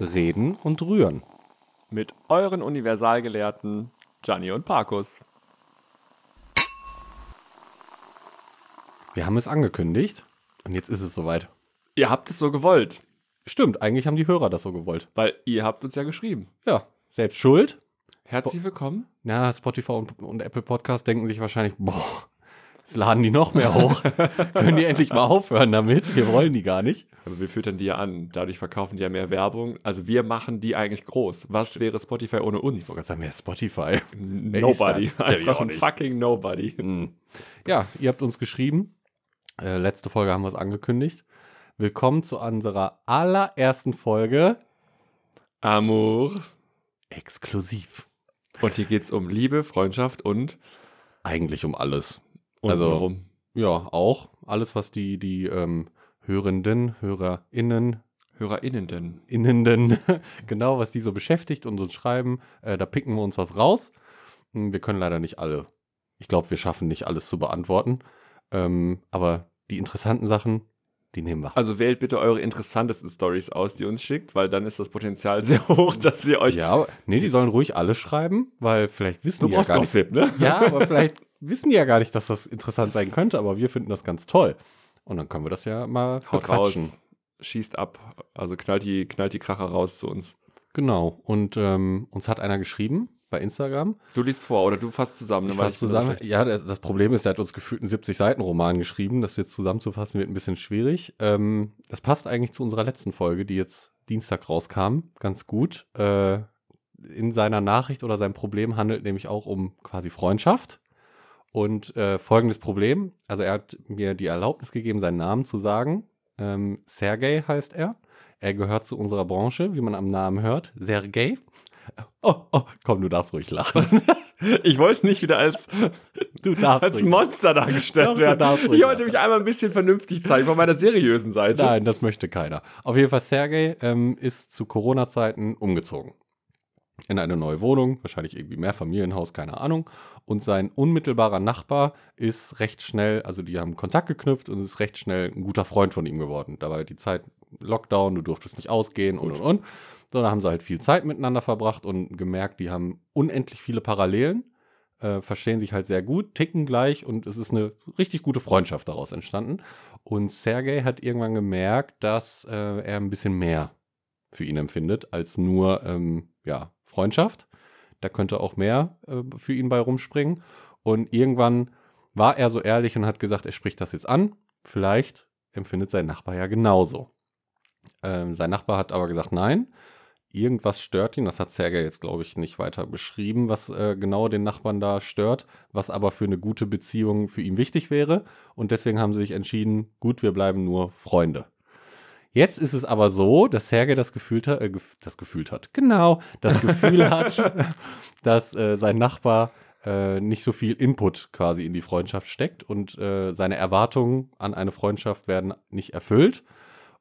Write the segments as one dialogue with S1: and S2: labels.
S1: Reden und Rühren.
S2: Mit euren Universalgelehrten Gianni und Parkus.
S1: Wir haben es angekündigt und jetzt ist es soweit.
S2: Ihr habt es so gewollt,
S1: Stimmt, eigentlich haben die Hörer das so gewollt.
S2: weil ihr habt uns ja geschrieben.
S1: Ja, selbst schuld.
S2: Herzlich willkommen.
S1: Na, Spotify und, und Apple Podcast denken sich wahrscheinlich, boah, jetzt laden die noch mehr hoch. Können die endlich mal aufhören damit? Wir wollen die gar nicht.
S2: Aber wir füttern die ja an. Dadurch verkaufen die ja mehr Werbung. Also wir machen die eigentlich groß. Was wäre Spotify ohne uns?
S1: wollte gerade sagen, wer ist Spotify? Wer
S2: Nobody.
S1: ist das? Kenn ich
S2: Einfach
S1: auch
S2: ein
S1: nicht.
S2: fucking Nobody.
S1: Hm. Ja, ihr habt uns geschrieben. Äh, letzte Folge haben wir es angekündigt. Willkommen zu unserer allerersten Folge
S2: Amour.
S1: exklusiv.
S2: Und hier geht's um Liebe, Freundschaft und
S1: Eigentlich um alles. Also-
S2: also rum.
S1: Ja, auch alles, was die, die ähm, Hörenden, HörerInnen,
S2: HörerInnen denn.
S1: Innenden, genau, was die so beschäftigt und uns schreiben, äh, da picken wir uns was raus. Hm, Wir können leider nicht alle. Ich glaube, wir schaffen nicht alles zu beantworten. Ähm, aber die interessanten Sachen, die nehmen wir.
S2: Also wählt bitte eure interessantesten Stories aus, die uns schickt, weil dann ist das Potenzial sehr hoch, dass wir euch.
S1: ja, aber- nee, die sollen ruhig alle schreiben, weil vielleicht wissen die ja gar nicht.
S2: Gossip, ne?
S1: Ja, aber vielleicht wissen die ja gar nicht, dass das interessant sein könnte, aber wir finden das ganz toll. Und dann können wir das ja mal
S2: Haut
S1: bequatschen.
S2: raus. Schießt ab. Also knallt die, knallt die Kracher raus zu uns.
S1: Genau. Und ähm, uns hat einer geschrieben bei Instagram.
S2: Du liest vor oder du fasst zusammen. ne?
S1: Ich
S2: Weil
S1: fass
S2: bin
S1: zusammen.
S2: so schlecht.
S1: Ja, das, das Problem ist, der hat uns gefühlt einen 70-Seiten-Roman geschrieben. Das jetzt zusammenzufassen wird ein bisschen schwierig. Ähm, das passt eigentlich zu unserer letzten Folge, die jetzt Dienstag rauskam. Ganz gut. Äh, in seiner Nachricht oder seinem Problem handelt nämlich auch um quasi Freundschaft. Und äh, folgendes Problem: Also, er hat mir die Erlaubnis gegeben, seinen Namen zu sagen. Ähm, Sergei heißt er. Er gehört zu unserer Branche, wie man am Namen hört. Sergei. Oh, oh, komm, du darfst ruhig lachen.
S2: Ich wollte nicht wieder als,
S1: Du darfst
S2: als
S1: ruhig
S2: Monster
S1: Doch,
S2: dargestellt
S1: du
S2: werden.
S1: darfst ruhig
S2: Ich wollte
S1: lachen.
S2: mich einmal ein bisschen vernünftig zeigen von meiner seriösen Seite.
S1: Nein, das möchte keiner. Auf jeden Fall, Sergej ähm, ist zu Corona-Zeiten umgezogen. In eine neue Wohnung, wahrscheinlich irgendwie Mehrfamilienhaus, keine Ahnung. Und sein unmittelbarer Nachbar ist recht schnell, also die haben Kontakt geknüpft und ist recht schnell ein guter Freund von ihm geworden. Da war halt die Zeit Lockdown, du durftest nicht ausgehen und und und. So, da haben sie halt viel Zeit miteinander verbracht und gemerkt, die haben unendlich viele Parallelen, äh, verstehen sich halt sehr gut, ticken gleich und es ist eine richtig gute Freundschaft daraus entstanden. Und Sergej hat irgendwann gemerkt, dass äh, er ein bisschen mehr für ihn empfindet als nur ähm, ja, Freundschaft. Da könnte auch mehr äh, für ihn bei rumspringen. Und irgendwann war er so ehrlich und hat gesagt, er spricht das jetzt an. Vielleicht empfindet sein Nachbar ja genauso. Ähm, sein Nachbar hat aber gesagt, nein, irgendwas stört ihn. Das hat Sergej jetzt, glaube ich, nicht weiter beschrieben, was äh, genau den Nachbarn da stört, was aber für eine gute Beziehung für ihn wichtig wäre. Und deswegen haben sie sich entschieden, gut, wir bleiben nur Freunde. Jetzt ist es aber so, dass Sergej das gefühlt hat, äh, gef das gefühlt hat, genau, das Gefühl hat, dass äh, sein Nachbar äh, nicht so viel Input quasi in die Freundschaft steckt und äh, seine Erwartungen an eine Freundschaft werden nicht erfüllt.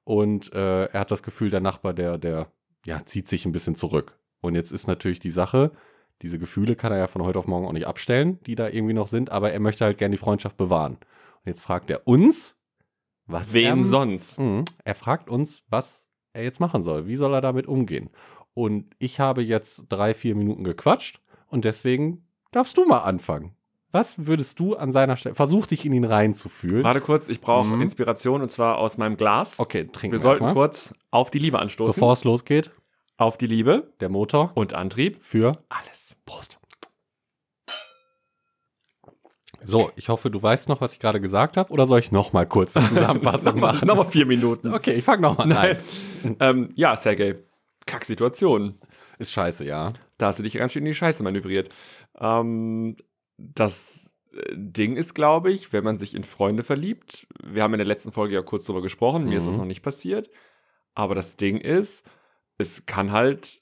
S1: Und äh, er hat das Gefühl, der Nachbar, der, der ja, zieht sich ein bisschen zurück. Und jetzt ist natürlich die Sache, diese Gefühle kann er ja von heute auf morgen auch nicht abstellen, die da irgendwie noch sind, aber er möchte halt gerne die Freundschaft bewahren. Und jetzt fragt er uns, was
S2: Wen
S1: er
S2: sonst?
S1: Mhm. Er fragt uns, was er jetzt machen soll. Wie soll er damit umgehen? Und ich habe jetzt drei, vier Minuten gequatscht und deswegen darfst du mal anfangen. Was würdest du an seiner Stelle? Versuch dich in ihn reinzufühlen.
S2: Warte kurz, ich brauche
S1: Mhm.
S2: Inspiration und zwar aus meinem Glas.
S1: Okay, trinken
S2: Wir
S1: wir,
S2: sollten
S1: erst mal.
S2: kurz auf die Liebe anstoßen.
S1: Bevor es losgeht,
S2: auf die Liebe
S1: der Motor
S2: und Antrieb.
S1: für
S2: Alles.
S1: Prost. So, ich hoffe, du weißt noch, was ich gerade gesagt habe, oder soll ich noch mal kurz eine Zusammenfassung machen?
S2: Nochmal vier Minuten.
S1: Okay, ich fange noch mal an.
S2: ähm, ja, Sergej. Kacksituation.
S1: Ist scheiße, ja.
S2: Da hast du dich ganz schön in die Scheiße manövriert. Ähm, das äh, Ding ist, glaube ich, wenn man sich in Freunde verliebt, wir haben in der letzten Folge ja kurz drüber gesprochen, mir ist das
S1: Mhm.
S2: noch nicht passiert, aber das Ding ist, es kann halt,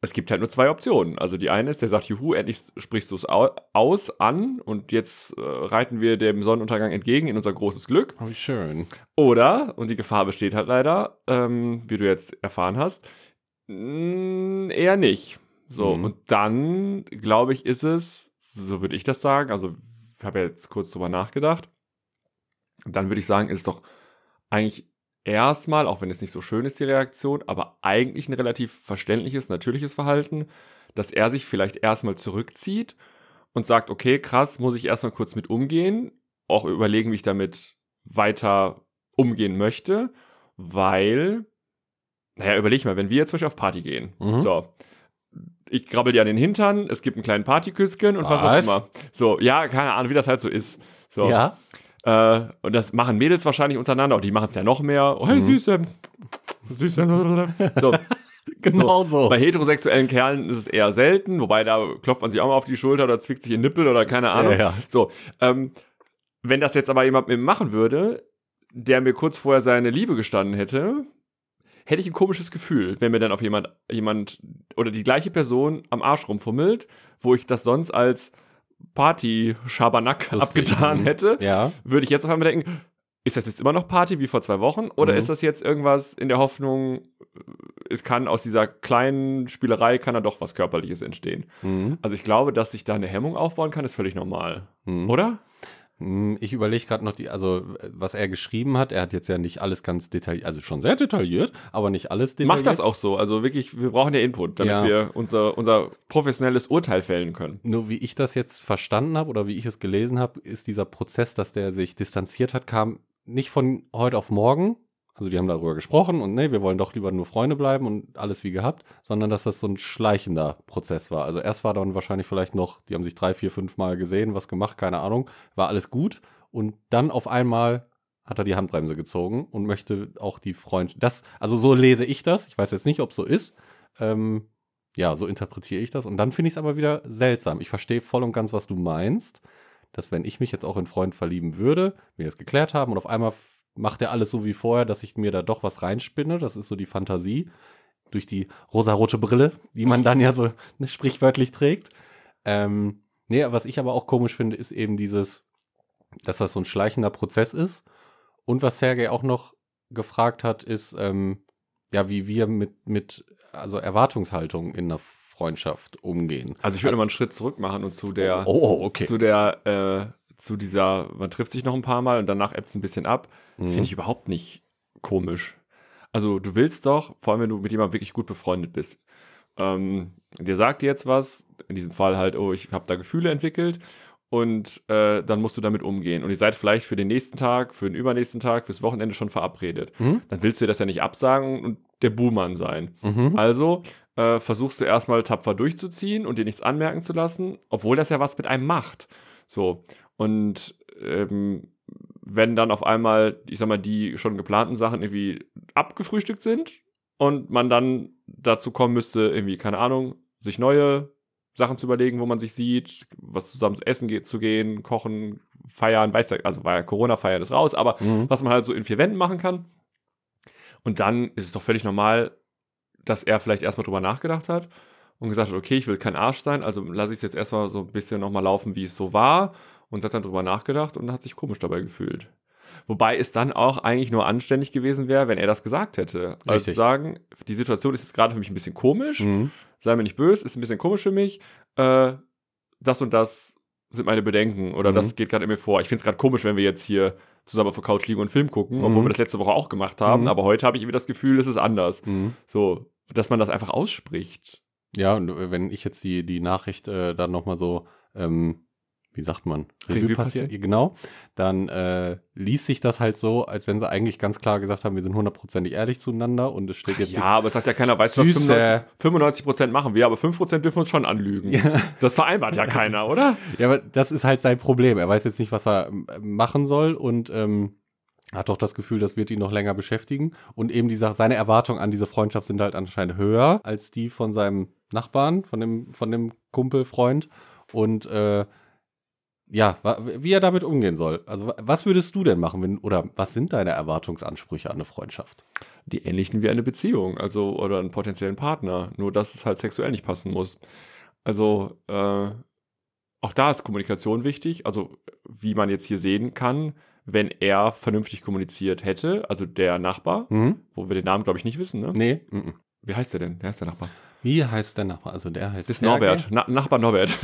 S2: es gibt halt nur zwei Optionen. Also die eine ist, der sagt, juhu, endlich sprichst du es au- aus, an und jetzt äh, reiten wir dem Sonnenuntergang entgegen in unser großes Glück.
S1: Oh, wie schön.
S2: Oder, und die Gefahr besteht halt leider, ähm, wie du jetzt erfahren hast, mh, eher nicht. So,
S1: Mhm.
S2: und dann, glaube ich, ist es, so würde ich das sagen, also ich habe ja jetzt kurz drüber nachgedacht, dann würde ich sagen, ist es doch eigentlich erstmal, auch wenn es nicht so schön ist, die Reaktion, aber eigentlich ein relativ verständliches, natürliches Verhalten, dass er sich vielleicht erstmal zurückzieht und sagt, okay, krass, muss ich erstmal kurz mit umgehen, auch überlegen, wie ich damit weiter umgehen möchte, weil, naja, überleg mal, wenn wir jetzt zum Beispiel auf Party gehen,
S1: Mhm.
S2: so, ich krabbel dir an den Hintern, es gibt einen kleinen Partyküsschen und was, auch
S1: Was?
S2: immer. So, ja, keine Ahnung, wie das halt so ist. So,
S1: Ja.
S2: äh, und das machen Mädels wahrscheinlich untereinander und die machen es ja noch mehr. Oh, hey,
S1: Mhm.
S2: Süße. Süße. So.
S1: Genau so.
S2: Bei heterosexuellen Kerlen ist es eher selten, wobei da klopft man sich auch mal auf die Schulter oder zwickt sich in den Nippel oder keine Ahnung.
S1: Ja, ja.
S2: So, ähm, wenn das jetzt aber jemand mit mir machen würde, der mir kurz vorher seine Liebe gestanden hätte, hätte ich ein komisches Gefühl, wenn mir dann auf jemand, jemand oder die gleiche Person am Arsch rumfummelt, wo ich das sonst als Party-Schabernack
S1: Lustig.
S2: abgetan
S1: Mhm.
S2: hätte
S1: Ja.
S2: würde ich jetzt auf einmal denken, ist das jetzt immer noch Party wie vor zwei Wochen? Oder
S1: Mhm.
S2: ist das jetzt irgendwas in der Hoffnung, es kann aus dieser kleinen Spielerei, kann da doch was Körperliches entstehen?
S1: Mhm.
S2: Also ich glaube, dass sich da eine Hemmung aufbauen kann, ist völlig normal.
S1: Mhm.
S2: Oder?
S1: Hm, Ich überlege gerade noch die, also äh, was er geschrieben hat. Er hat jetzt ja nicht alles ganz detailliert, also schon sehr detailliert, aber nicht alles detailliert.
S2: Macht das auch so. Also wirklich, wir brauchen ja Input, damit
S1: Ja.
S2: wir unser, unser professionelles Urteil fällen können.
S1: Nur wie ich das jetzt verstanden habe oder wie ich es gelesen habe, ist dieser Prozess, dass der sich distanziert hat, kam nicht von heute auf morgen. Also die haben darüber gesprochen und nee, wir wollen doch lieber nur Freunde bleiben und alles wie gehabt, sondern dass das so ein schleichender Prozess war. Also erst war dann wahrscheinlich vielleicht noch, die haben sich drei, vier, fünf Mal gesehen, was gemacht, keine Ahnung, war alles gut und dann auf einmal hat er die Handbremse gezogen und möchte auch die Freundschaft. Das, also so lese ich das. Ich weiß jetzt nicht, ob so ist. Ähm, ja, so interpretiere ich das. Und dann finde ich es aber wieder seltsam. Ich verstehe voll und ganz, was du meinst, dass wenn ich mich jetzt auch in Freund verlieben würde, wir das geklärt haben und auf einmal f- macht er alles so wie vorher, dass ich mir da doch was reinspinne. Das ist so die Fantasie durch die rosarote Brille, die man dann ja so ne, sprichwörtlich trägt. Ähm, nee, was ich aber auch komisch finde, ist eben dieses, dass das so ein schleichender Prozess ist. Und was Sergej auch noch gefragt hat, ist, ähm, ja, wie wir mit, mit also Erwartungshaltung in einer Freundschaft umgehen.
S2: Also ich würde mal einen Schritt zurück machen und zu der
S1: oh, oh, Äh. okay.
S2: zu der, äh, zu dieser, man trifft sich noch ein paar Mal und danach ebbt es ein bisschen ab,
S1: Mhm.
S2: finde ich überhaupt nicht komisch. Also du willst doch, vor allem wenn du mit jemandem wirklich gut befreundet bist, ähm, der sagt dir jetzt was, in diesem Fall halt, oh, ich habe da Gefühle entwickelt und äh, dann musst du damit umgehen. Und ihr seid vielleicht für den nächsten Tag, für den übernächsten Tag, fürs Wochenende schon verabredet.
S1: Mhm.
S2: Dann willst du dir das ja nicht absagen und der Buhmann sein.
S1: Mhm.
S2: Also äh, versuchst du erstmal tapfer durchzuziehen und dir nichts anmerken zu lassen, obwohl das ja was mit einem macht. So. Und ähm, wenn dann auf einmal, ich sag mal, die schon geplanten Sachen irgendwie abgefrühstückt sind und man dann dazu kommen müsste, irgendwie, keine Ahnung, sich neue Sachen zu überlegen, wo man sich sieht, was zusammen zu essen geht, zu gehen, kochen, feiern, weiß ja, also war ja Corona-Feiern ist raus, aber
S1: Mhm.
S2: was man halt so in vier Wänden machen kann. Und dann ist es doch völlig normal, dass er vielleicht erstmal drüber nachgedacht hat und gesagt hat, okay, ich will kein Arsch sein, also lasse ich es jetzt erstmal so ein bisschen nochmal laufen, wie es so war. Und hat dann drüber nachgedacht und hat sich komisch dabei gefühlt. Wobei es dann auch eigentlich nur anständig gewesen wäre, wenn er das gesagt hätte. Also zu
S1: Richtig.
S2: sagen, die Situation ist jetzt gerade für mich ein bisschen komisch,
S1: Mhm.
S2: sei mir nicht böse, ist ein bisschen komisch für mich. Äh, das und das sind meine Bedenken oder
S1: Mhm.
S2: das geht gerade in mir vor. Ich finde es gerade komisch, wenn wir jetzt hier zusammen auf der Couch liegen und einen Film gucken, obwohl
S1: Mhm.
S2: wir das letzte Woche auch gemacht haben.
S1: Mhm.
S2: Aber heute habe ich irgendwie das Gefühl, es ist anders.
S1: Mhm.
S2: So, dass man das einfach ausspricht.
S1: Ja, und äh, wenn ich jetzt die, die Nachricht äh, dann nochmal so, ähm, wie sagt man,
S2: Revue passieren?
S1: ja, genau, dann äh, liest sich das halt so, als wenn sie eigentlich ganz klar gesagt haben, wir sind hundertprozentig ehrlich zueinander und es steht jetzt
S2: Ja, aber es sagt ja keiner, weißt du was,
S1: Süße.
S2: 95, 95 Prozent machen wir, aber 5 Prozent dürfen uns schon anlügen.
S1: Ja.
S2: Das vereinbart ja keiner, oder?
S1: Ja, aber das ist halt sein Problem. Er weiß jetzt nicht, was er ähm, machen soll und ähm, hat doch das Gefühl, das wird ihn noch länger beschäftigen. Und eben die Sache, seine Erwartungen an diese Freundschaft sind halt anscheinend höher als die von seinem Nachbarn, von dem, von dem Kumpel, Freund. Und äh, ja, wa- wie er damit umgehen soll. Also, wa- was würdest du denn machen, wenn, oder was sind deine Erwartungsansprüche an eine Freundschaft?
S2: die ähnlichen wie eine Beziehung, also oder einen potenziellen Partner, nur dass es halt sexuell nicht passen muss. Also äh, auch da ist Kommunikation wichtig. Also wie man jetzt hier sehen kann, wenn er vernünftig kommuniziert hätte, also der Nachbar,
S1: Mhm.
S2: wo wir den Namen glaube ich nicht wissen, ne?
S1: Nee. mhm.
S2: Wie heißt der denn? Wer ist der Nachbar?
S1: Wie heißt der Nachbar? Also, der heißt.
S2: Das ist
S1: Sergei.
S2: Norbert. Na, Nachbar Norbert.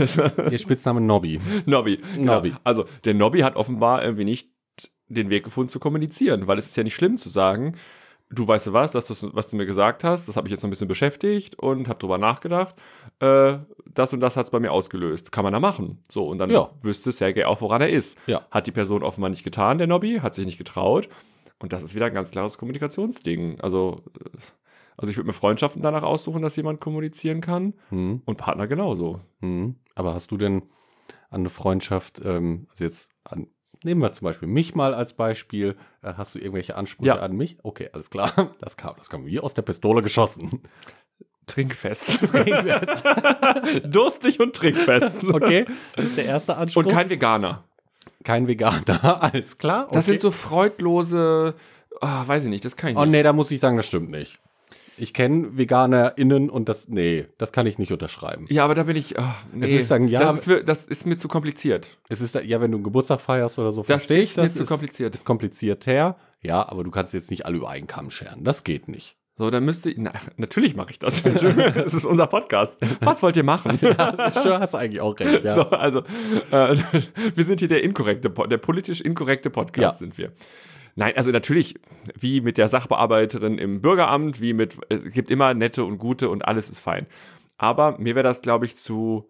S1: Ihr Spitzname Nobby.
S2: Nobby. Genau.
S1: Nobby.
S2: Also der Nobby hat offenbar irgendwie nicht den Weg gefunden zu kommunizieren, weil es ist ja nicht schlimm zu sagen, du weißt du was, das, was du mir gesagt hast, das habe ich jetzt noch ein bisschen beschäftigt und habe drüber nachgedacht, äh, das und das hat es bei mir ausgelöst. Kann man da machen. So, und dann
S1: Ja.
S2: wüsste Sergei auch, woran er ist.
S1: Ja.
S2: Hat die Person offenbar nicht getan, der Nobby, hat sich nicht getraut. Und das ist wieder ein ganz klares Kommunikationsding. Also, äh, also ich würde mir Freundschaften danach aussuchen, dass jemand kommunizieren kann
S1: Mhm.
S2: und Partner genauso.
S1: Mhm. Aber hast du denn an eine Freundschaft, ähm, also jetzt an, nehmen wir zum Beispiel mich mal als Beispiel, äh, hast du irgendwelche Ansprüche
S2: Ja.
S1: an mich? Okay, alles klar. Das kam, das kam wie aus der Pistole geschossen.
S2: Trinkfest.
S1: Trinkfest.
S2: Durstig und trinkfest.
S1: Okay, das ist der erste Anspruch.
S2: Und kein Veganer.
S1: Kein Veganer, alles klar.
S2: Das
S1: okay.
S2: sind so freudlose, ah, weiß ich nicht, das kann ich
S1: Oh
S2: nicht.
S1: nee, da muss ich sagen, das stimmt nicht. Ich kenne VeganerInnen und das, nee, das kann ich nicht unterschreiben.
S2: Ja, aber da bin ich, ah, nee.
S1: ist dann ja-
S2: das, ist, für- das ist mir zu kompliziert.
S1: Es ist, da- ja, wenn du einen Geburtstag feierst oder so,
S2: Das
S1: verstehe ich
S2: ist mir
S1: das.
S2: zu kompliziert.
S1: Ist, ist kompliziert her. Ja, aber du kannst jetzt nicht alle über einen Kamm scheren. Das geht nicht.
S2: So, dann müsste ich, na, natürlich mache ich das. Es ist unser Podcast. Was wollt ihr machen?
S1: Sure, hast eigentlich auch recht, ja.
S2: So, also, äh, wir sind hier der inkorrekte, Po- der politisch inkorrekte Podcast
S1: Ja.
S2: sind wir. Nein, also natürlich, wie mit der Sachbearbeiterin im Bürgeramt, wie mit, es gibt immer nette und gute und alles ist fein. Aber mir wäre das, glaube ich, zu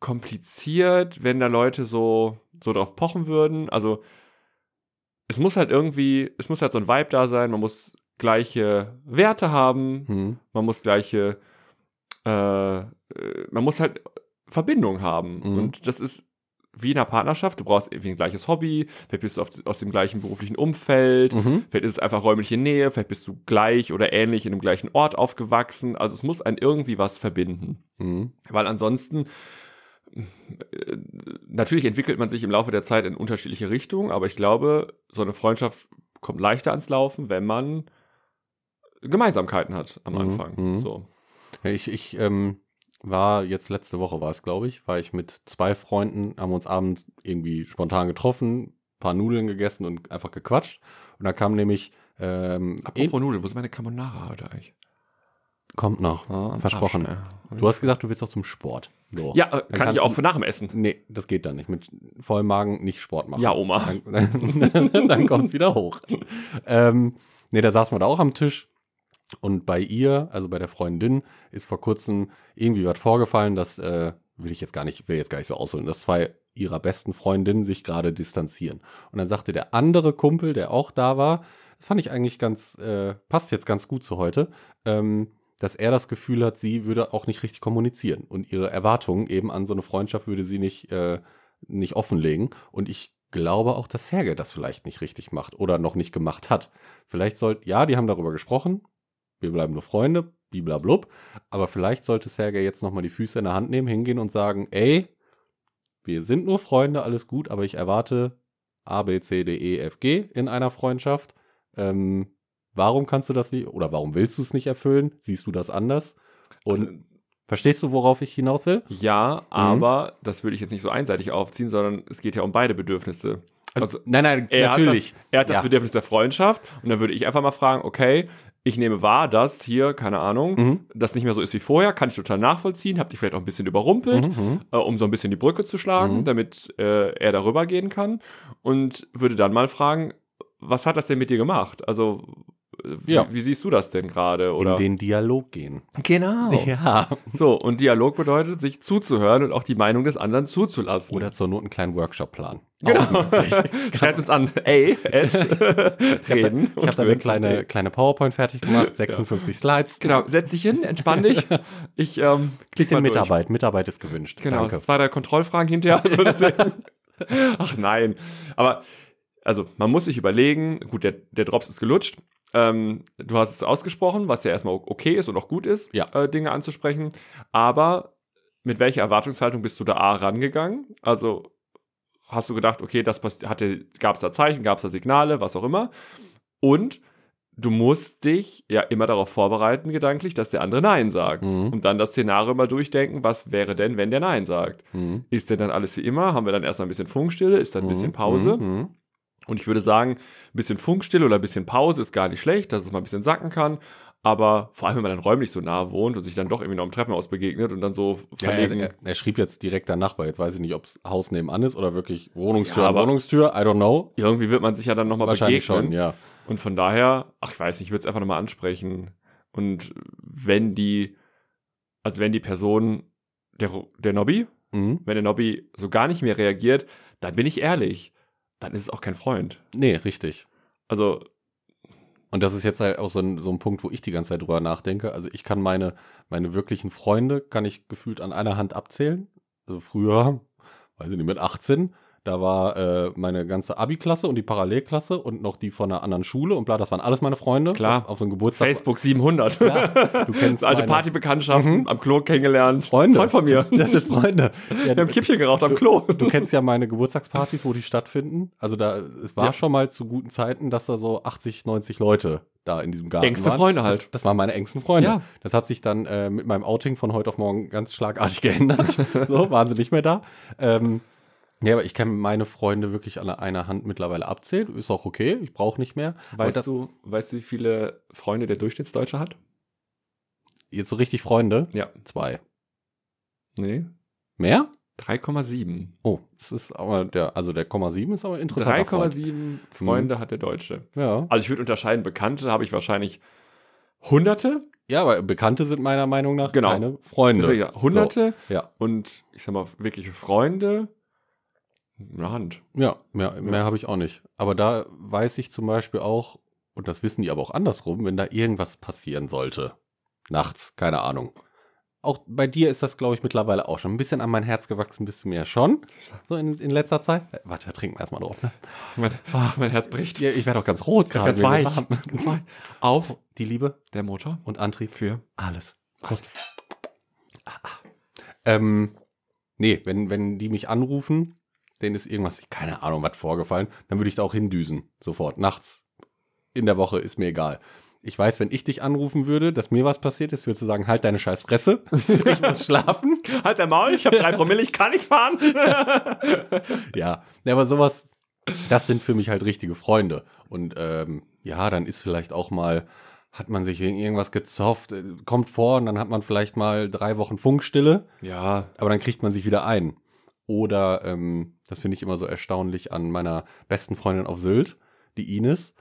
S2: kompliziert, wenn da Leute so, so drauf pochen würden. Also, es muss halt irgendwie, es muss halt so ein Vibe da sein, man muss gleiche Werte haben,
S1: Hm.
S2: man muss gleiche, äh, äh, man muss halt Verbindung haben.
S1: Mhm.
S2: Und das ist wie in einer Partnerschaft, du brauchst irgendwie ein gleiches Hobby, vielleicht bist du auf, aus dem gleichen beruflichen Umfeld,
S1: Mhm.
S2: vielleicht ist es einfach räumliche Nähe, vielleicht bist du gleich oder ähnlich in dem gleichen Ort aufgewachsen. Also es muss einen irgendwie was verbinden.
S1: Mhm.
S2: Weil ansonsten, äh, natürlich entwickelt man sich im Laufe der Zeit in unterschiedliche Richtungen, aber ich glaube, so eine Freundschaft kommt leichter ans Laufen, wenn man Gemeinsamkeiten hat am
S1: Mhm,
S2: Anfang.
S1: mhm.
S2: So.
S1: Ich, ich ähm, war jetzt letzte Woche war es, glaube ich, war ich mit zwei Freunden, haben uns abends irgendwie spontan getroffen, paar Nudeln gegessen und einfach gequatscht. Und da kam nämlich ähm,
S2: Apropos Nudeln, wo ist meine Carbonara heute eigentlich?
S1: kommt
S2: Ah,
S1: noch. Versprochen. Du
S2: Du hast
S1: hast gesagt, du willst auch zum Sport. So.
S2: ne? ja, äh, kann
S1: kannst
S2: ich auch
S1: du-
S2: nach dem Essen.
S1: Nee, das geht dann nicht. Mit vollem Magen nicht Sport machen.
S2: Ja, Oma.
S1: Dann, dann, dann kommt es wieder hoch. Ähm, nee, da saßen wir da auch am Tisch. Und bei ihr, also bei der Freundin, ist vor kurzem irgendwie was vorgefallen, dass, äh, will ich jetzt gar nicht, will jetzt gar nicht so ausholen, dass zwei ihrer besten Freundinnen sich gerade distanzieren. Und dann sagte der andere Kumpel, der auch da war, das fand ich eigentlich ganz, äh, passt jetzt ganz gut zu heute, ähm, dass er das Gefühl hat, sie würde auch nicht richtig kommunizieren. Und ihre Erwartungen eben an so eine Freundschaft würde sie nicht, äh, nicht offenlegen. Und ich glaube auch, dass Serge das vielleicht nicht richtig macht oder noch nicht gemacht hat. Vielleicht sollte, ja, die haben darüber gesprochen, wir bleiben nur Freunde, bliblablub, aber vielleicht sollte Serge jetzt nochmal die Füße in der Hand nehmen, hingehen und sagen, ey, wir sind nur Freunde, alles gut, aber ich erwarte A, B, C, D, E, F, G in einer Freundschaft. Ähm, warum kannst du das nicht oder warum willst du es nicht erfüllen? Siehst du das anders? Und
S2: Also,
S1: verstehst du, worauf ich hinaus will?
S2: ja, aber das würde ich jetzt nicht so einseitig aufziehen, sondern es geht ja um beide Bedürfnisse. Also,
S1: nein, nein,
S2: er hat
S1: natürlich.
S2: Er hat das
S1: Ja.
S2: Bedürfnis der Freundschaft und dann würde ich einfach mal fragen, okay, ich nehme wahr, dass hier, keine Ahnung,
S1: Mhm.
S2: das nicht mehr so ist wie vorher, kann ich total nachvollziehen, hab dich vielleicht auch ein bisschen überrumpelt,
S1: Mhm.
S2: äh, um so ein bisschen die Brücke zu schlagen,
S1: Mhm.
S2: damit äh, er darüber gehen kann. Und würde dann mal fragen, was hat das denn mit dir gemacht? Also, äh, wie,
S1: Ja.
S2: wie siehst du das denn gerade?
S1: In
S2: Oder
S1: den Dialog gehen. Oh.
S2: genau.
S1: Ja.
S2: So, und Dialog bedeutet, sich zuzuhören und auch die Meinung des anderen zuzulassen.
S1: Oder zur Not einen kleinen Workshop planen.
S2: genau.
S1: Auch möglich.
S2: Schreibt uns an, ey, at
S1: Ich habe da,
S2: reden.
S1: ich hab da eine kleine, kleine PowerPoint fertig gemacht, 56 Slides.
S2: Genau, setz dich hin, entspann dich. Ich ähm, klick
S1: Bisschen
S2: mal durch.
S1: Mitarbeit. Mitarbeit ist gewünscht.
S2: Genau,
S1: Danke.
S2: zwei, drei Kontrollfragen hinterher. Also deswegen- Ach nein. Aber also man muss sich überlegen, gut, der, der Drops ist gelutscht. Ähm, du hast es ausgesprochen, was ja erstmal o- okay ist und auch gut ist,
S1: Ja.
S2: äh, Dinge anzusprechen. Aber mit welcher Erwartungshaltung bist du da A rangegangen? Also hast du gedacht, okay, das gab es da Zeichen, gab es da Signale, was auch immer. Und du musst dich ja immer darauf vorbereiten, gedanklich, dass der andere Nein sagt.
S1: Mhm.
S2: Und dann das Szenario mal durchdenken, was wäre denn, wenn der Nein sagt?
S1: Mhm.
S2: Ist denn dann alles wie immer? Haben wir dann erstmal ein bisschen Funkstille? Ist dann ein bisschen
S1: Mhm,
S2: Pause?
S1: mhm,
S2: Und ich würde sagen, ein bisschen Funkstille oder ein bisschen Pause ist gar nicht schlecht, dass es mal ein bisschen sacken kann. Aber vor allem, wenn man dann räumlich so nah wohnt und sich dann doch irgendwie noch im Treppenhaus begegnet und dann so
S1: Ja, er,
S2: verlegen.
S1: er- er schrieb jetzt direkt der Nachbar. Jetzt weiß ich nicht, ob es Haus nebenan ist oder wirklich Wohnungstür
S2: Ja,
S1: an
S2: aber-
S1: Wohnungstür. I don't know.
S2: irgendwie wird man sich ja dann nochmal begegnen.
S1: Wahrscheinlich schon, ja.
S2: Und von daher, ach, ich weiß nicht, ich würde es einfach nochmal ansprechen. Und wenn die, also wenn die Person, der, Ru- der Nobby,
S1: Mhm.
S2: wenn der Nobby so gar nicht mehr reagiert, dann bin ich ehrlich, dann ist es auch kein Freund.
S1: Nee, richtig.
S2: Also,
S1: Und das ist jetzt halt auch so ein, so ein Punkt, wo ich die ganze Zeit drüber nachdenke. Also ich kann meine, meine wirklichen Freunde, kann ich gefühlt an einer Hand abzählen. Also früher, weiß ich nicht, mit 18, da war äh, meine ganze Abi-Klasse und die Parallelklasse und noch die von einer anderen Schule und bla, das waren alles meine Freunde.
S2: Klar.
S1: Auf, auf so einem Geburtstag.
S2: Facebook 700.
S1: Ja, du kennst
S2: alte
S1: meine-
S2: Partybekanntschaften,
S1: Mhm.
S2: am Klo kennengelernt.
S1: Freunde.
S2: Freund von mir.
S1: Das, das sind Freunde. Ja,
S2: Wir haben Kippchen geraucht am Klo.
S1: Du kennst ja meine Geburtstagspartys, wo die stattfinden. Also da, es war
S2: Ja.
S1: schon mal zu guten Zeiten, dass da so 80, 90 Leute da in diesem Garten
S2: Engste
S1: waren.
S2: Freunde halt.
S1: Das, das waren meine engsten Freunde.
S2: Ja.
S1: Das hat sich dann äh, mit meinem Outing von heute auf morgen ganz schlagartig geändert. so waren sie nicht mehr da. Ähm, ja, aber ich kann meine Freunde wirklich an einer Hand mittlerweile abzählen. Ist auch okay, ich brauche nicht mehr.
S2: Weißt
S1: Aber das-
S2: du, weißt du, wie viele Freunde der Durchschnittsdeutsche hat?
S1: Jetzt so richtig Freunde?
S2: Ja.
S1: Zwei.
S2: Nee.
S1: Mehr?
S2: 3,7.
S1: Oh, das ist aber der, also der Komma sieben ist aber interessant.
S2: 3,7 Freunde hat der Deutsche.
S1: Ja.
S2: Mhm. Also ich würde unterscheiden, Bekannte habe ich wahrscheinlich Hunderte,
S1: ja, aber Bekannte sind meiner Meinung nach
S2: Genau.
S1: keine Freunde.
S2: deswegen ja, Hunderte
S1: So, ja.
S2: und ich sag mal wirkliche Freunde eine Hand.
S1: Ja, mehr, mehr habe ich auch nicht. Aber da weiß ich zum Beispiel auch, und das wissen die aber auch andersrum, wenn da irgendwas passieren sollte. Nachts, keine Ahnung. Auch bei dir ist das, glaube ich, mittlerweile auch schon ein bisschen an mein Herz gewachsen, ein bisschen mehr schon. So in, in letzter Zeit. Äh, warte, da trinken wir erstmal drauf. Ne?
S2: Mein, mein Herz bricht.
S1: Ja, ich werde auch ganz rot gerade.
S2: Ganz
S1: mir wird
S2: weich.
S1: warm.
S2: Ganz weich. Auf
S1: Die Liebe
S2: der Motor
S1: und Antrieb
S2: für
S1: alles. Prost. Ah, Ähm, nee, wenn, wenn die mich anrufen, denen ist irgendwas, keine Ahnung, was vorgefallen, dann würde ich da auch hindüsen. Sofort, nachts. In der Woche, ist mir egal. Ich weiß, wenn ich dich anrufen würde, dass mir was passiert ist, würdest du sagen, halt deine scheiß Fresse. Ich muss schlafen.
S2: Halt der Maul, ich habe drei Promille, ich kann nicht fahren.
S1: Ja, nee, aber sowas, das sind für mich halt richtige Freunde. Und ähm, ja, dann ist vielleicht auch mal, hat man sich wegen irgendwas gezofft, äh, kommt vor und dann hat man vielleicht mal drei Wochen Funkstille.
S2: ja,
S1: aber dann kriegt man sich wieder ein. Oder, ähm, das finde ich immer so erstaunlich an meiner besten Freundin auf Sylt, die Ines.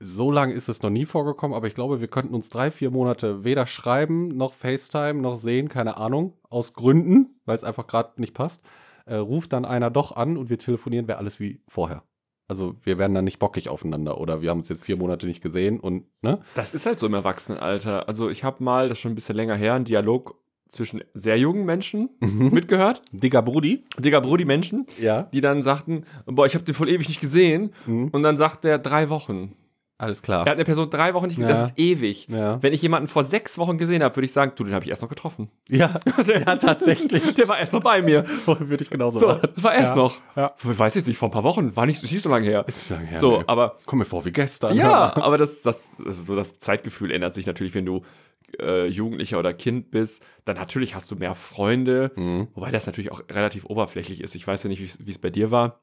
S1: So lange ist es noch nie vorgekommen, aber ich glaube, wir könnten uns drei, vier Monate weder schreiben, noch FaceTime, noch sehen, keine Ahnung, aus Gründen, weil es einfach gerade nicht passt. Äh, ruft dann einer doch an und wir telefonieren, wäre alles wie vorher. Also wir werden dann nicht bockig aufeinander oder wir haben uns jetzt vier Monate nicht gesehen und, ne?
S2: das ist halt so im Erwachsenenalter. Also ich habe mal, das ist schon ein bisschen länger her, einen Dialog zwischen sehr jungen Menschen mitgehört.
S1: Digga Brudi.
S2: Digga, Bro, die Menschen.
S1: Ja.
S2: die dann sagten, boah, ich habe den voll ewig nicht gesehen.
S1: Mhm.
S2: Und dann sagt der drei Wochen.
S1: Alles klar.
S2: Er hat eine Person drei Wochen nicht gesehen,
S1: Ja.
S2: das ist ewig.
S1: Ja.
S2: Wenn ich jemanden vor sechs Wochen gesehen habe, würde ich sagen, du, den habe ich erst noch getroffen.
S1: Ja, ja tatsächlich.
S2: Der war erst noch bei mir.
S1: Würde ich genauso
S2: So, das war erst
S1: Ja.
S2: noch.
S1: Ja.
S2: Ich weiß jetzt nicht, vor ein paar Wochen, war nicht, nicht so lange her.
S1: Ist nicht lange her.
S2: so,
S1: nee.
S2: aber
S1: Komm mir vor wie gestern.
S2: ja, aber das, das, das, ist so das Zeitgefühl ändert sich natürlich, wenn du äh, Jugendlicher oder Kind bist. Dann natürlich hast du mehr Freunde.
S1: Mhm.
S2: Wobei das natürlich auch relativ oberflächlich ist. Ich weiß ja nicht, wie's- wie es bei dir war.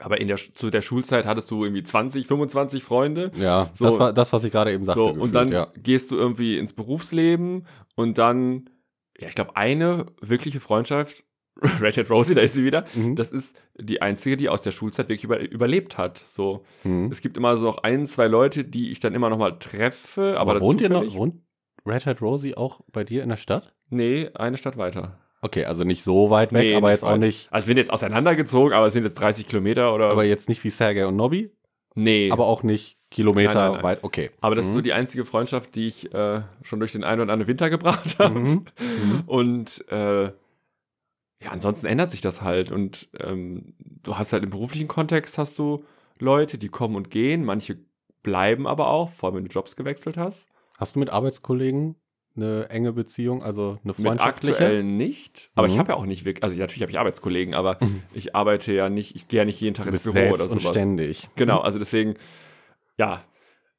S2: Aber in der, Sch- zu der Schulzeit hattest du irgendwie 20, 25 Freunde.
S1: Ja,
S2: So.
S1: das war das, was ich gerade eben sagte.
S2: So,
S1: gefühlt,
S2: und dann
S1: ja.
S2: gehst du irgendwie ins Berufsleben und dann, ja, ich glaube, eine wirkliche Freundschaft, Red Hat Rosie, da ist sie wieder,
S1: Mhm.
S2: das ist die einzige, die aus der Schulzeit wirklich über, überlebt hat. So,
S1: mhm.
S2: es gibt immer so noch ein, zwei Leute, die ich dann immer noch mal treffe. Aber,
S1: aber
S2: das
S1: wohnt ihr noch,
S2: zufällig-
S1: wohnt Red Hat Rosie auch bei dir in der Stadt?
S2: Nee, eine Stadt weiter.
S1: Okay, also nicht so weit weg,
S2: Nee,
S1: aber
S2: nicht
S1: jetzt auch
S2: weit.
S1: nicht,
S2: Also wir sind jetzt auseinandergezogen, aber es sind jetzt 30 Kilometer oder...
S1: aber jetzt nicht wie Sergei und Nobby,
S2: nee.
S1: aber auch nicht Kilometer
S2: Nein, nein, nein.
S1: weit. Okay.
S2: Aber das
S1: Mhm.
S2: ist so die einzige Freundschaft, die ich äh, schon durch den einen oder anderen Winter gebracht habe.
S1: Mhm. Mhm.
S2: Und äh, ja, ansonsten ändert sich das halt. Und ähm, du hast halt im beruflichen Kontext hast du Leute, die kommen und gehen. Manche bleiben aber auch, vor allem wenn du Jobs gewechselt hast.
S1: Hast du mit Arbeitskollegen eine enge Beziehung, also eine
S2: Mit
S1: freundschaftliche?
S2: aktuell nicht. Aber ich
S1: Mhm.
S2: habe ja auch nicht wirklich, also natürlich habe ich Arbeitskollegen, aber
S1: Mhm.
S2: ich arbeite ja nicht, ich gehe ja nicht jeden Tag
S1: Du bist
S2: ins Büro
S1: selbst Mhm.
S2: oder
S1: und
S2: sowas.
S1: ständig.
S2: Genau, also deswegen, ja,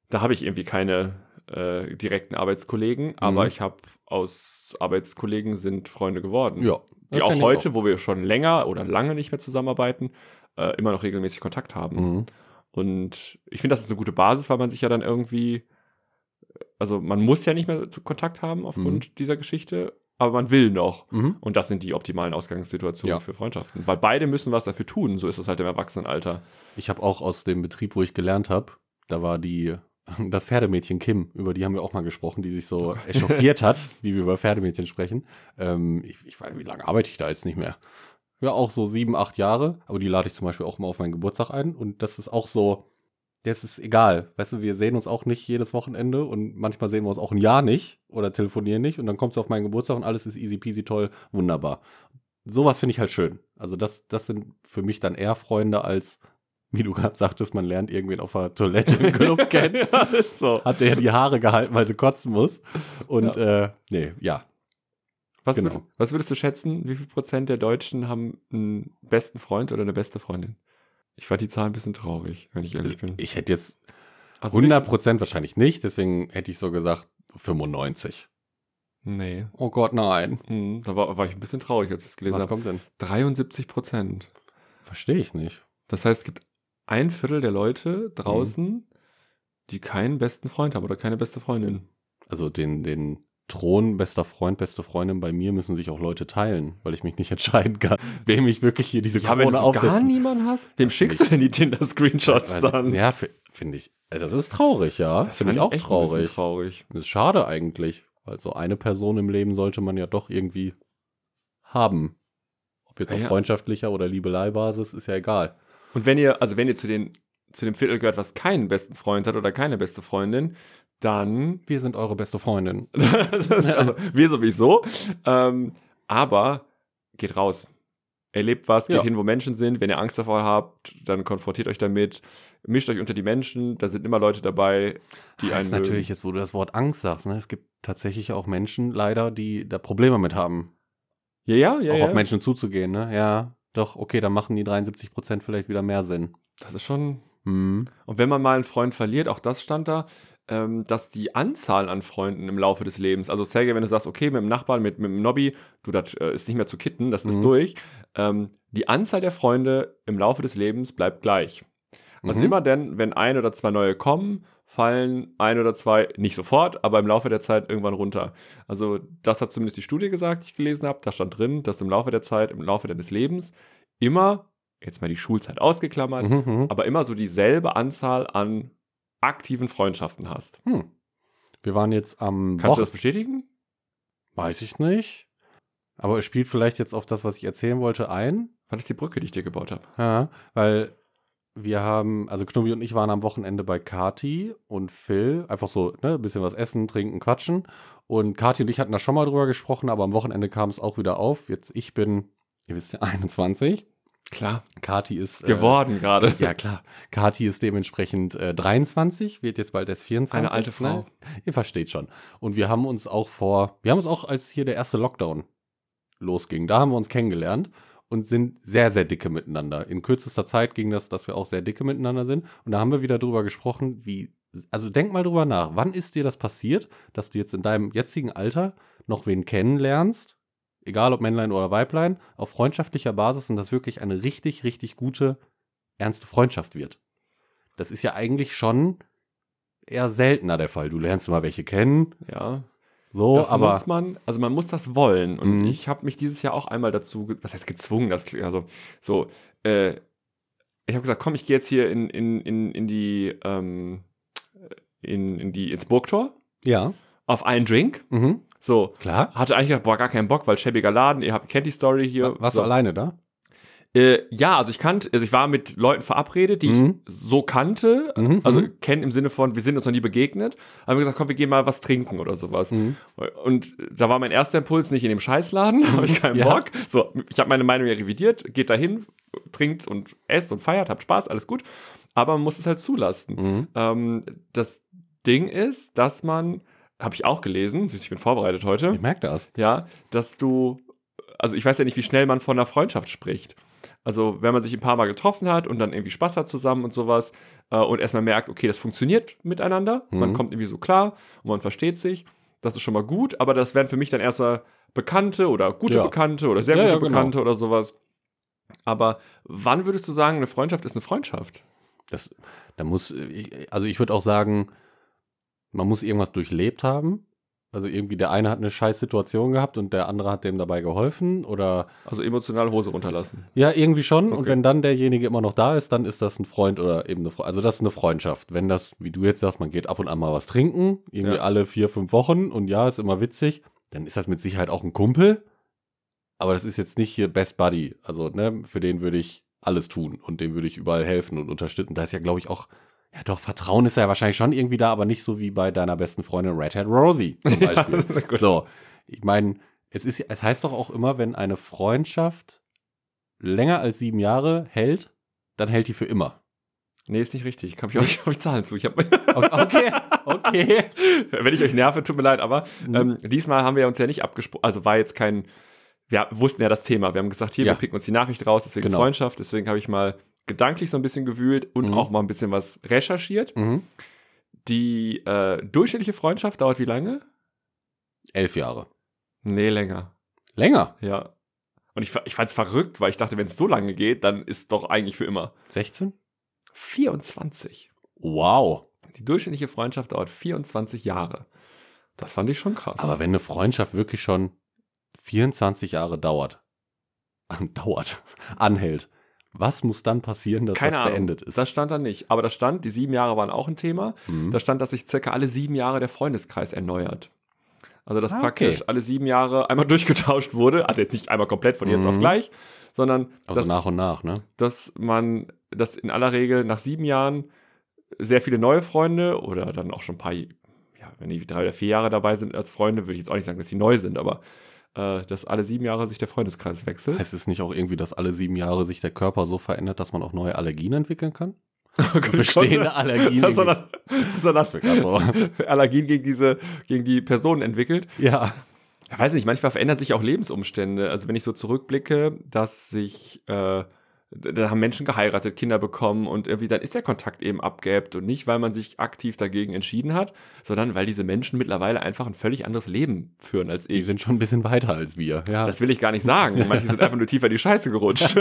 S2: da habe ich irgendwie keine äh, direkten Arbeitskollegen, aber
S1: Mhm.
S2: ich habe aus Arbeitskollegen sind Freunde geworden.
S1: Ja. das
S2: die auch
S1: kenn ich
S2: heute, wo wir schon länger oder lange nicht mehr zusammenarbeiten, äh, immer noch regelmäßig Kontakt haben.
S1: Mhm.
S2: Und ich finde, das ist eine gute Basis, weil man sich ja dann irgendwie, also man muss ja nicht mehr zu Kontakt haben aufgrund dieser Geschichte, aber man will noch.
S1: Mhm.
S2: Und das sind die optimalen Ausgangssituationen
S1: Ja.
S2: für Freundschaften. Weil beide müssen was dafür tun. So ist es halt im Erwachsenenalter.
S1: Ich habe auch aus dem Betrieb, wo ich gelernt habe, da war die das Pferdemädchen Kim, über die haben wir auch mal gesprochen, die sich so echauffiert hat, wie wir über Pferdemädchen sprechen. Ähm, ich, ich weiß, wie lange arbeite ich da jetzt nicht mehr? Ja, auch so sieben, acht Jahre, aber die lade ich zum Beispiel auch mal auf meinen Geburtstag ein und das ist auch so, das ist egal. Weißt du, wir sehen uns auch nicht jedes Wochenende und manchmal sehen wir uns auch ein Jahr nicht oder telefonieren nicht und dann kommt sie auf meinen Geburtstag und alles ist easy peasy toll, wunderbar. Sowas finde ich halt schön. Also das, das sind für mich dann eher Freunde als, wie du gerade sagtest, man lernt irgendwen auf der Toilette im Club kennen
S2: ja, ist so.
S1: hat er die Haare gehalten, weil sie kotzen muss. Und äh, nee, ja.
S2: Was,
S1: Genau.
S2: würd, was würdest du schätzen, wie viel Prozent der Deutschen haben einen besten Freund oder eine beste Freundin? Ich fand die Zahl ein bisschen traurig, wenn ich ehrlich bin.
S1: Ich hätte jetzt
S2: Also
S1: 100 Prozent wahrscheinlich nicht, deswegen hätte ich so gesagt 95.
S2: nicht- Nee.
S1: Oh Gott, nein.
S2: Mhm, da war, war ich ein bisschen traurig, als ich es gelesen
S1: Was
S2: habe.
S1: kommt denn?
S2: 73 Prozent.
S1: Verstehe ich nicht.
S2: Das heißt, es gibt ein Viertel der Leute
S1: Mhm.
S2: draußen, die keinen besten Freund haben oder keine beste Freundin.
S1: Also den, den Thron bester Freund, beste Freundin bei mir müssen sich auch Leute teilen, weil ich mich nicht entscheiden kann, wem ich wirklich hier diese
S2: wenn
S1: Krone
S2: du so gar
S1: aufsetzen.
S2: niemanden hast, wem
S1: Das
S2: schickst du denn die Tinder-Screenshots
S1: Weil-
S2: dann?
S1: Ja, fi- finde ich. äh, Das ist traurig, ja.
S2: Das finde ich auch traurig. traurig.
S1: Das ist schade eigentlich, weil so eine Person im Leben sollte man ja doch irgendwie haben. Ob jetzt
S2: Ja,
S1: auf
S2: ja.
S1: freundschaftlicher oder Liebelei-Basis, ist ja egal.
S2: Und wenn ihr, also wenn ihr zu, den, zu dem Viertel gehört, was keinen besten Freund hat oder keine beste Freundin, dann,
S1: Wir sind eure beste Freundin.
S2: also wir sowieso, ähm, aber geht raus. Erlebt was, geht
S1: Ja.
S2: hin, wo Menschen sind. Wenn ihr Angst davor habt, dann konfrontiert euch damit. Mischt euch unter die Menschen. Da sind immer Leute dabei, die
S1: Ah, das
S2: einen
S1: ist natürlich jetzt, wo du das Wort Angst sagst. Ne? Es gibt tatsächlich auch Menschen leider, die da Probleme mit haben,
S2: Ja, ja, ja.
S1: auch
S2: ja.
S1: auf Menschen zuzugehen. Ne? Ja, doch, okay, dann machen die 73 Prozent vielleicht wieder mehr Sinn.
S2: Das ist schon.
S1: Hm.
S2: Und wenn man mal einen Freund verliert, auch das stand da, ähm, dass die Anzahl an Freunden im Laufe des Lebens, also Sergej, wenn du sagst, okay, mit dem Nachbarn, mit, mit dem Nobby, du, das äh, ist nicht mehr zu kitten, das ist
S1: Mhm.
S2: durch, ähm, die Anzahl der Freunde im Laufe des Lebens bleibt gleich. Also
S1: Mhm.
S2: immer denn, wenn ein oder zwei neue kommen, fallen ein oder zwei, nicht sofort, aber im Laufe der Zeit irgendwann runter. Also das hat zumindest die Studie gesagt, die ich gelesen habe, da stand drin, dass im Laufe der Zeit, im Laufe deines Lebens immer, jetzt mal die Schulzeit ausgeklammert,
S1: Mhm, mhm.
S2: aber immer so dieselbe Anzahl an aktiven Freundschaften hast.
S1: Hm. Wir waren jetzt am
S2: Kannst du
S1: Wochen-
S2: das bestätigen?
S1: Weiß ich nicht. Aber es spielt vielleicht jetzt auf das, was ich erzählen wollte, ein.
S2: War das die Brücke, die ich dir gebaut habe?
S1: Ja, weil wir haben, also Knubi und ich waren am Wochenende bei Kati und Phil, einfach so, ne, ein bisschen was essen, trinken, quatschen. Und Kati und ich hatten da schon mal drüber gesprochen, aber am Wochenende kam es auch wieder auf. Jetzt, ich bin, ihr wisst ja, 21.
S2: Klar.
S1: Kati ist. äh,
S2: Geworden gerade.
S1: Ja, klar. Kati ist dementsprechend äh, 23, wird jetzt bald erst 24.
S2: Eine alte Frau.
S1: Ne? Ihr versteht schon. Und wir haben uns auch vor, wir haben uns auch, als hier der erste Lockdown losging, da haben wir uns kennengelernt und sind sehr, sehr dicke miteinander. In kürzester Zeit ging das, dass wir auch sehr dicke miteinander sind. Und da haben wir wieder drüber gesprochen, wie, also denk mal drüber nach, wann ist dir das passiert, dass du jetzt in deinem jetzigen Alter noch wen kennenlernst, egal ob Männlein oder Weiblein, auf freundschaftlicher Basis und das wirklich eine richtig, richtig gute, ernste Freundschaft wird. Das ist ja eigentlich schon eher seltener der Fall. Du lernst immer welche kennen,
S2: Ja.
S1: so,
S2: das
S1: Oh, aber
S2: muss man, also man muss das wollen. Und
S1: Mhm.
S2: ich habe mich dieses Jahr auch einmal dazu, ge- was heißt gezwungen, das klingt- also so, äh, ich habe gesagt, komm, ich gehe jetzt hier in, in, in, in die, ähm, in, in die, ins Burgtor
S1: ja,
S2: auf einen Drink.
S1: mhm,
S2: So,
S1: klar.
S2: hatte eigentlich gedacht, boah, gar keinen Bock, weil schäbiger Laden, ihr habt, kennt die Story hier.
S1: Wa- Warst
S2: so.
S1: du alleine da?
S2: Äh, ja, also ich kannte, also ich war mit Leuten verabredet, die
S1: Mhm.
S2: ich so kannte,
S1: Mhm,
S2: also
S1: mhm.
S2: kennen im Sinne von, wir sind uns noch nie begegnet, haben wir gesagt, komm, wir gehen mal was trinken oder sowas.
S1: Mhm.
S2: Und da war mein erster Impuls nicht in dem Scheißladen, habe ich keinen
S1: Ja.
S2: Bock. So, ich habe meine Meinung ja revidiert, geht dahin, trinkt und esst und feiert, habt Spaß, alles gut. Aber man muss es halt zulassen.
S1: Mhm.
S2: Ähm, das Ding ist, dass man habe ich auch gelesen, siehst du, ich bin vorbereitet heute,
S1: Ich merke das.
S2: ja, dass du, also ich weiß ja nicht, wie schnell man von einer Freundschaft spricht. Also wenn man sich ein paar Mal getroffen hat und dann irgendwie Spaß hat zusammen und sowas äh, und erstmal merkt, okay, das funktioniert miteinander, man
S1: Mhm.
S2: kommt irgendwie so klar und man versteht sich, das ist schon mal gut, aber das wären für mich dann erstmal Bekannte oder gute
S1: Ja.
S2: Bekannte oder sehr
S1: Ja,
S2: gute
S1: ja, genau.
S2: Bekannte oder sowas. Aber wann würdest du sagen, eine Freundschaft ist eine Freundschaft?
S1: das da muss, äh, ich- also ich würde auch sagen, man muss irgendwas durchlebt haben. Also irgendwie der eine hat eine scheiß Situation gehabt und der andere hat dem dabei geholfen oder
S2: Also emotional Hose runterlassen.
S1: ja, irgendwie schon. Und
S2: Okay.
S1: wenn dann derjenige immer noch da ist, dann ist das ein Freund oder eben eine Freundschaft. Also das ist eine Freundschaft. Wenn das, wie du jetzt sagst, man geht ab und an mal was trinken, irgendwie
S2: Ja.
S1: alle vier, fünf Wochen und ja, ist immer witzig, dann ist das mit Sicherheit auch ein Kumpel. Aber das ist jetzt nicht hier Best Buddy. Also, ne, für den würde ich alles tun und dem würde ich überall helfen und unterstützen. Da ist ja, glaube ich, auch, ja doch, Vertrauen ist ja wahrscheinlich schon irgendwie da, aber nicht so wie bei deiner besten Freundin Red Hat Rosie zum Beispiel.
S2: Gut.
S1: So, ich meine, es ist, es heißt doch auch immer, wenn eine Freundschaft länger als sieben Jahre hält, dann hält die für immer.
S2: Nee, ist nicht richtig. Kann ich euch hab ich Zahlen zu. Ich hab,
S1: Okay, okay.
S2: wenn ich euch nerve, tut mir leid, aber
S1: Ähm,
S2: ähm, diesmal haben wir uns ja nicht abgesprochen. Also war jetzt kein. Wir wussten ja das Thema. Wir haben gesagt, hier,
S1: Ja.
S2: wir picken uns die Nachricht raus, deswegen
S1: Genau.
S2: Freundschaft. Deswegen habe ich mal gedanklich so ein bisschen gewühlt und
S1: Mhm.
S2: auch mal ein bisschen was recherchiert.
S1: mhm.
S2: Die äh, durchschnittliche Freundschaft dauert wie lange?
S1: Elf Jahre.
S2: Nee, länger.
S1: Länger.
S2: Ja. Und ich, fa- ich fand es verrückt, weil ich dachte, wenn es so lange geht, dann ist doch eigentlich für immer.
S1: 16?
S2: 24.
S1: Wow.
S2: Die durchschnittliche Freundschaft dauert 24 Jahre. Das fand ich schon krass.
S1: Aber wenn eine Freundschaft wirklich schon 24 Jahre dauert, dauert, anhält, was muss dann passieren, dass
S2: Keine
S1: das
S2: Ahnung.
S1: beendet ist?
S2: Das stand da nicht. Aber da stand, die sieben Jahre waren auch ein Thema.
S1: Mhm.
S2: Da stand, dass sich circa alle sieben Jahre der Freundeskreis erneuert. Also, dass
S1: Ah,
S2: praktisch
S1: okay.
S2: alle sieben Jahre einmal durchgetauscht wurde. Also, jetzt nicht einmal komplett von jetzt auf
S1: Mhm.
S2: gleich, sondern
S1: also
S2: dass,
S1: nach und nach, ne?
S2: dass man, dass in aller Regel nach sieben Jahren sehr viele neue Freunde oder dann auch schon ein paar, ja, wenn die drei oder vier Jahre dabei sind als Freunde, würde ich jetzt auch nicht sagen, dass die neu sind, aber äh, dass alle sieben Jahre sich der Freundeskreis wechselt.
S1: Heißt es nicht auch irgendwie, dass alle sieben Jahre sich der Körper so verändert, dass man auch neue Allergien entwickeln kann? Bestehende Allergien.
S2: Das war dann, das war
S1: Das wär grad so.
S2: dann Allergien gegen diese, gegen die Personen entwickelt.
S1: Ja.
S2: Ich weiß nicht, manchmal verändern sich auch Lebensumstände. Also wenn ich so zurückblicke, dass sich, äh, da haben Menschen geheiratet, Kinder bekommen und irgendwie dann ist der Kontakt eben abgeebbt und nicht, weil man sich aktiv dagegen entschieden hat, sondern weil diese Menschen mittlerweile einfach ein völlig anderes Leben führen als
S1: Die
S2: ich.
S1: sind schon ein bisschen weiter als wir. Ja.
S2: Das will ich gar nicht sagen. Manche sind einfach nur tiefer in die Scheiße gerutscht.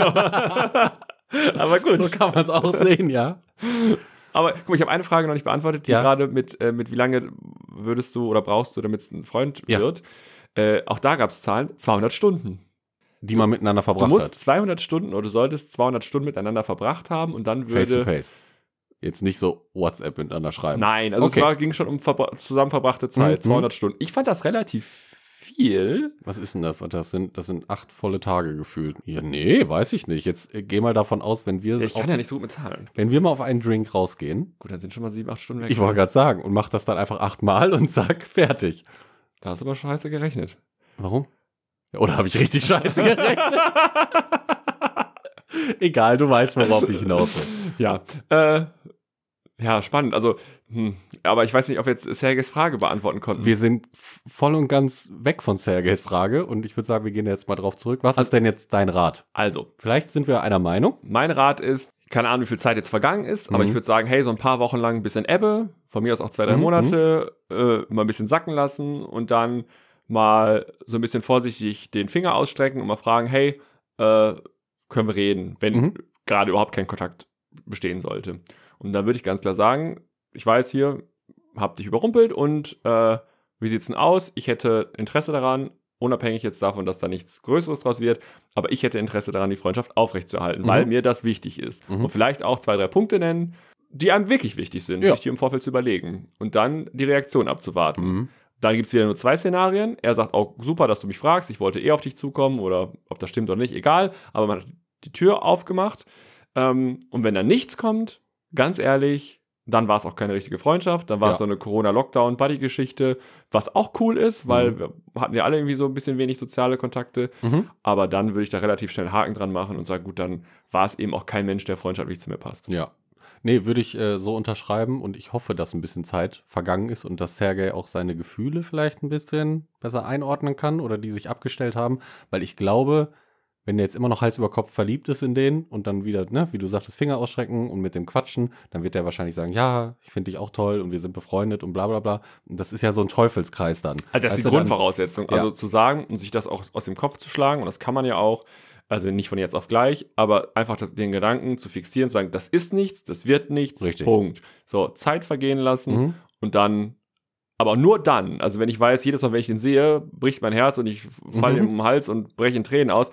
S2: Aber gut.
S1: so kann man es auch sehen, ja.
S2: Aber guck mal, ich habe eine Frage noch nicht beantwortet, die
S1: Ja.
S2: gerade mit, äh, mit wie lange würdest du oder brauchst du, damit es ein Freund
S1: Ja.
S2: wird. Äh, auch da gab es Zahlen, 200 Stunden.
S1: Die man miteinander
S2: Du
S1: verbracht
S2: musst
S1: hat.
S2: 200 Stunden oder du solltest 200 Stunden miteinander verbracht haben und dann
S1: Face to
S2: würde...
S1: face. Jetzt nicht so WhatsApp miteinander schreiben.
S2: Nein, also
S1: Okay.
S2: es war, ging schon um verbra- zusammen verbrachte Zeit,
S1: Mhm.
S2: 200 Stunden. Ich fand das relativ viel.
S1: Was ist denn das? Was Das sind, das sind acht volle Tage gefühlt. Ja, nee, weiß ich nicht. Jetzt äh, geh mal davon aus, wenn wir,
S2: Ich
S1: auf,
S2: kann ja nicht so gut mit Zahlen.
S1: wenn wir mal auf einen Drink rausgehen,
S2: Gut, dann sind schon mal 7, 8 Stunden weg.
S1: ich wollte gerade sagen, und mach das dann einfach achtmal und zack, fertig.
S2: da hast du aber scheiße gerechnet.
S1: Warum? Ja, Oder habe ich richtig scheiße gerechnet? Egal, du weißt, worauf ich hinaus will.
S2: Ja, äh, ja, spannend. Also, hm, aber ich weiß nicht, ob wir jetzt Sergeys Frage beantworten konnten.
S1: Wir sind f- voll und ganz weg von Sergeys Frage und ich würde sagen, wir gehen jetzt mal drauf zurück. Was
S2: Also-
S1: ist denn jetzt dein Rat?
S2: also,
S1: Vielleicht sind wir einer Meinung.
S2: Mein Rat ist, keine Ahnung, wie viel Zeit jetzt vergangen ist, aber
S1: Mhm.
S2: ich würde sagen, hey, so ein paar Wochen lang ein bisschen Ebbe, von mir aus auch zwei, drei
S1: Mhm,
S2: Monate, äh, mal ein bisschen sacken lassen und dann mal so ein bisschen vorsichtig den Finger ausstrecken und mal fragen, hey, äh, können wir reden, wenn
S1: Mhm.
S2: gerade überhaupt kein Kontakt bestehen sollte. Und dann würde ich ganz klar sagen, ich weiß hier, hab dich überrumpelt und äh, wie sieht's denn aus? Ich hätte Interesse daran, unabhängig jetzt davon, dass da nichts Größeres draus wird, aber ich hätte Interesse daran, die Freundschaft aufrechtzuerhalten,
S1: Mhm.
S2: weil mir das wichtig ist.
S1: Mhm.
S2: Und vielleicht auch zwei, drei Punkte nennen, die einem wirklich wichtig sind,
S1: Ja.
S2: sich die im Vorfeld zu überlegen und dann die Reaktion abzuwarten. Dann gibt's wieder nur zwei Szenarien. Er sagt auch, super, dass du mich fragst, ich wollte eh auf dich zukommen oder ob das stimmt oder nicht, egal. Aber man hat die Tür aufgemacht. Ähm, und wenn dann nichts kommt, ganz ehrlich, dann war es auch keine richtige Freundschaft, dann war es
S1: Ja.
S2: so eine Corona-Lockdown-Buddy-Geschichte, was auch cool ist, weil
S1: Mhm.
S2: wir hatten ja alle irgendwie so ein bisschen wenig soziale Kontakte.
S1: Mhm.
S2: Aber dann würde ich da relativ schnell einen Haken dran machen und sagen, gut, dann war es eben auch kein Mensch, der freundschaftlich zu mir passt.
S1: Ja. Nee, würde ich äh, so unterschreiben und ich hoffe, dass ein bisschen Zeit vergangen ist und dass Sergej auch seine Gefühle vielleicht ein bisschen besser einordnen kann oder die sich abgestellt haben, weil ich glaube, wenn er jetzt immer noch Hals über Kopf verliebt ist in den und dann wieder, ne, wie du sagtest, Finger ausstrecken und mit dem quatschen, dann wird er wahrscheinlich sagen, ja, ich finde dich auch toll und wir sind befreundet und bla bla bla. Und das ist ja so ein Teufelskreis dann.
S2: Also das ist
S1: Weißt
S2: die
S1: du, dann-
S2: Grundvoraussetzung.
S1: Ja.
S2: Also zu sagen und sich das auch aus dem Kopf zu schlagen, und das kann man ja auch, also nicht von jetzt auf gleich, aber einfach das- den Gedanken zu fixieren, sagen, das ist nichts, das wird nichts,
S1: Richtig.
S2: Punkt. So, Zeit vergehen lassen
S1: Mhm.
S2: und dann, aber nur dann, also wenn ich weiß, jedes Mal, wenn ich den sehe, bricht mein Herz und ich falle
S1: Mhm.
S2: ihm um den Hals und breche in Tränen aus,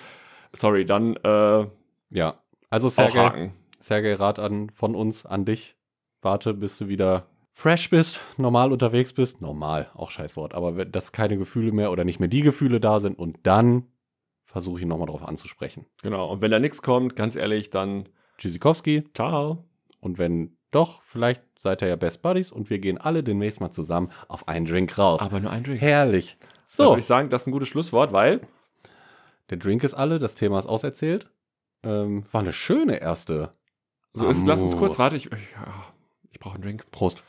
S2: sorry, dann äh,
S1: Ja. Also
S2: auch
S1: Sergej,
S2: haken.
S1: Sergej, Rat an, von uns an dich. Warte, bis du wieder fresh bist, normal unterwegs bist. Normal, auch scheiß Wort. Aber wenn- dass keine Gefühle mehr oder nicht mehr die Gefühle da sind und dann versuche ich nochmal drauf anzusprechen.
S2: Genau, und wenn da nichts kommt, ganz ehrlich, dann
S1: Tschüssikowski.
S2: ciao.
S1: Und wenn doch, vielleicht seid ihr ja Best Buddies und wir gehen alle demnächst mal zusammen auf einen Drink raus.
S2: Aber nur ein Drink.
S1: Herrlich.
S2: So. Dann
S1: So,
S2: würde ich sagen, das ist ein gutes Schlusswort, weil
S1: der Drink ist alle, das Thema ist auserzählt. Ähm, war eine schöne erste.
S2: So ist, es. lass uns
S1: Amor.
S2: kurz, warte, ich, ich, ja, ich brauche einen Drink.
S1: Prost.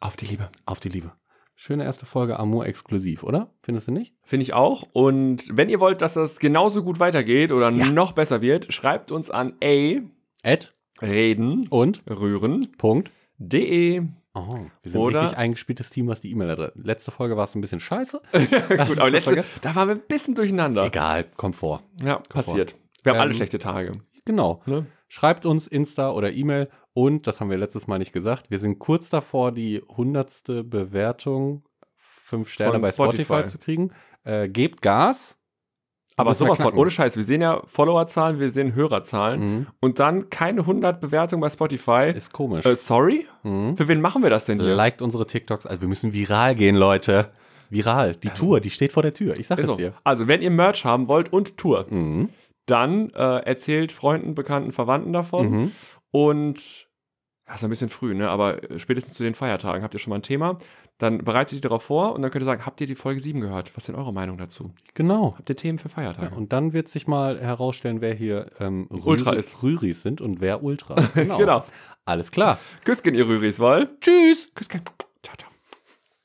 S2: Auf die Liebe.
S1: Auf die Liebe. Schöne erste Folge Amour exklusiv, oder? Findest du nicht?
S2: Finde ich auch. Und wenn ihr wollt, dass das genauso gut weitergeht oder
S1: Ja.
S2: noch besser wird, schreibt uns an a
S1: Ed
S2: reden
S1: und
S2: rühren E.
S1: Punkt.
S2: de.
S1: Oh, wir sind
S2: Oder-
S1: ein richtig eingespieltes Team, was die E-Mail-Adresse. Letzte Folge war es ein bisschen scheiße.
S2: gut,
S1: Hast
S2: aber
S1: du
S2: letzte,
S1: vergessen?
S2: da waren wir ein bisschen durcheinander.
S1: Egal, kommt vor.
S2: Ja, passiert. Wir haben alle
S1: Ähm,
S2: schlechte Tage.
S1: Genau.
S2: Ne?
S1: Schreibt uns Insta oder E-Mail und das haben wir letztes Mal nicht gesagt. Wir sind kurz davor, die hundertste Bewertung fünf Sterne
S2: Von
S1: bei Spotify.
S2: Spotify.
S1: zu kriegen. Äh, gebt Gas.
S2: Aber
S1: müssen wir
S2: sowas von,
S1: knacken.
S2: ohne Scheiß. Wir sehen ja Followerzahlen, wir sehen Hörerzahlen.
S1: Mhm.
S2: Und dann keine 100 Bewertungen bei Spotify.
S1: Ist komisch.
S2: Äh, sorry?
S1: mhm.
S2: Für wen machen wir das denn hier?
S1: Liked unsere TikToks. Also wir müssen viral gehen, Leute. Viral. Die Tour, die steht vor der Tür. Ich sag
S2: Ist
S1: es
S2: so.
S1: dir.
S2: Also, wenn ihr Merch haben wollt und Tour,
S1: Mhm.
S2: dann äh, erzählt Freunden, Bekannten, Verwandten davon.
S1: Mhm.
S2: Und das ist ein bisschen früh, ne? aber spätestens zu den Feiertagen habt ihr schon mal ein Thema. Dann bereitet ihr darauf vor und dann könnt ihr sagen, habt ihr die Folge 7 gehört? Was sind eure Meinung dazu?
S1: Genau.
S2: Habt ihr Themen für
S1: Ja,
S2: Feiertage?
S1: und dann wird sich mal herausstellen, wer hier ähm,
S2: Ultra
S1: Rüri-
S2: ist.
S1: Rüris sind und wer Ultra.
S2: genau.
S1: Alles klar.
S2: Küsschen, ihr Rüris, weil.
S1: Tschüss.
S2: Küsschen. Ciao, ciao.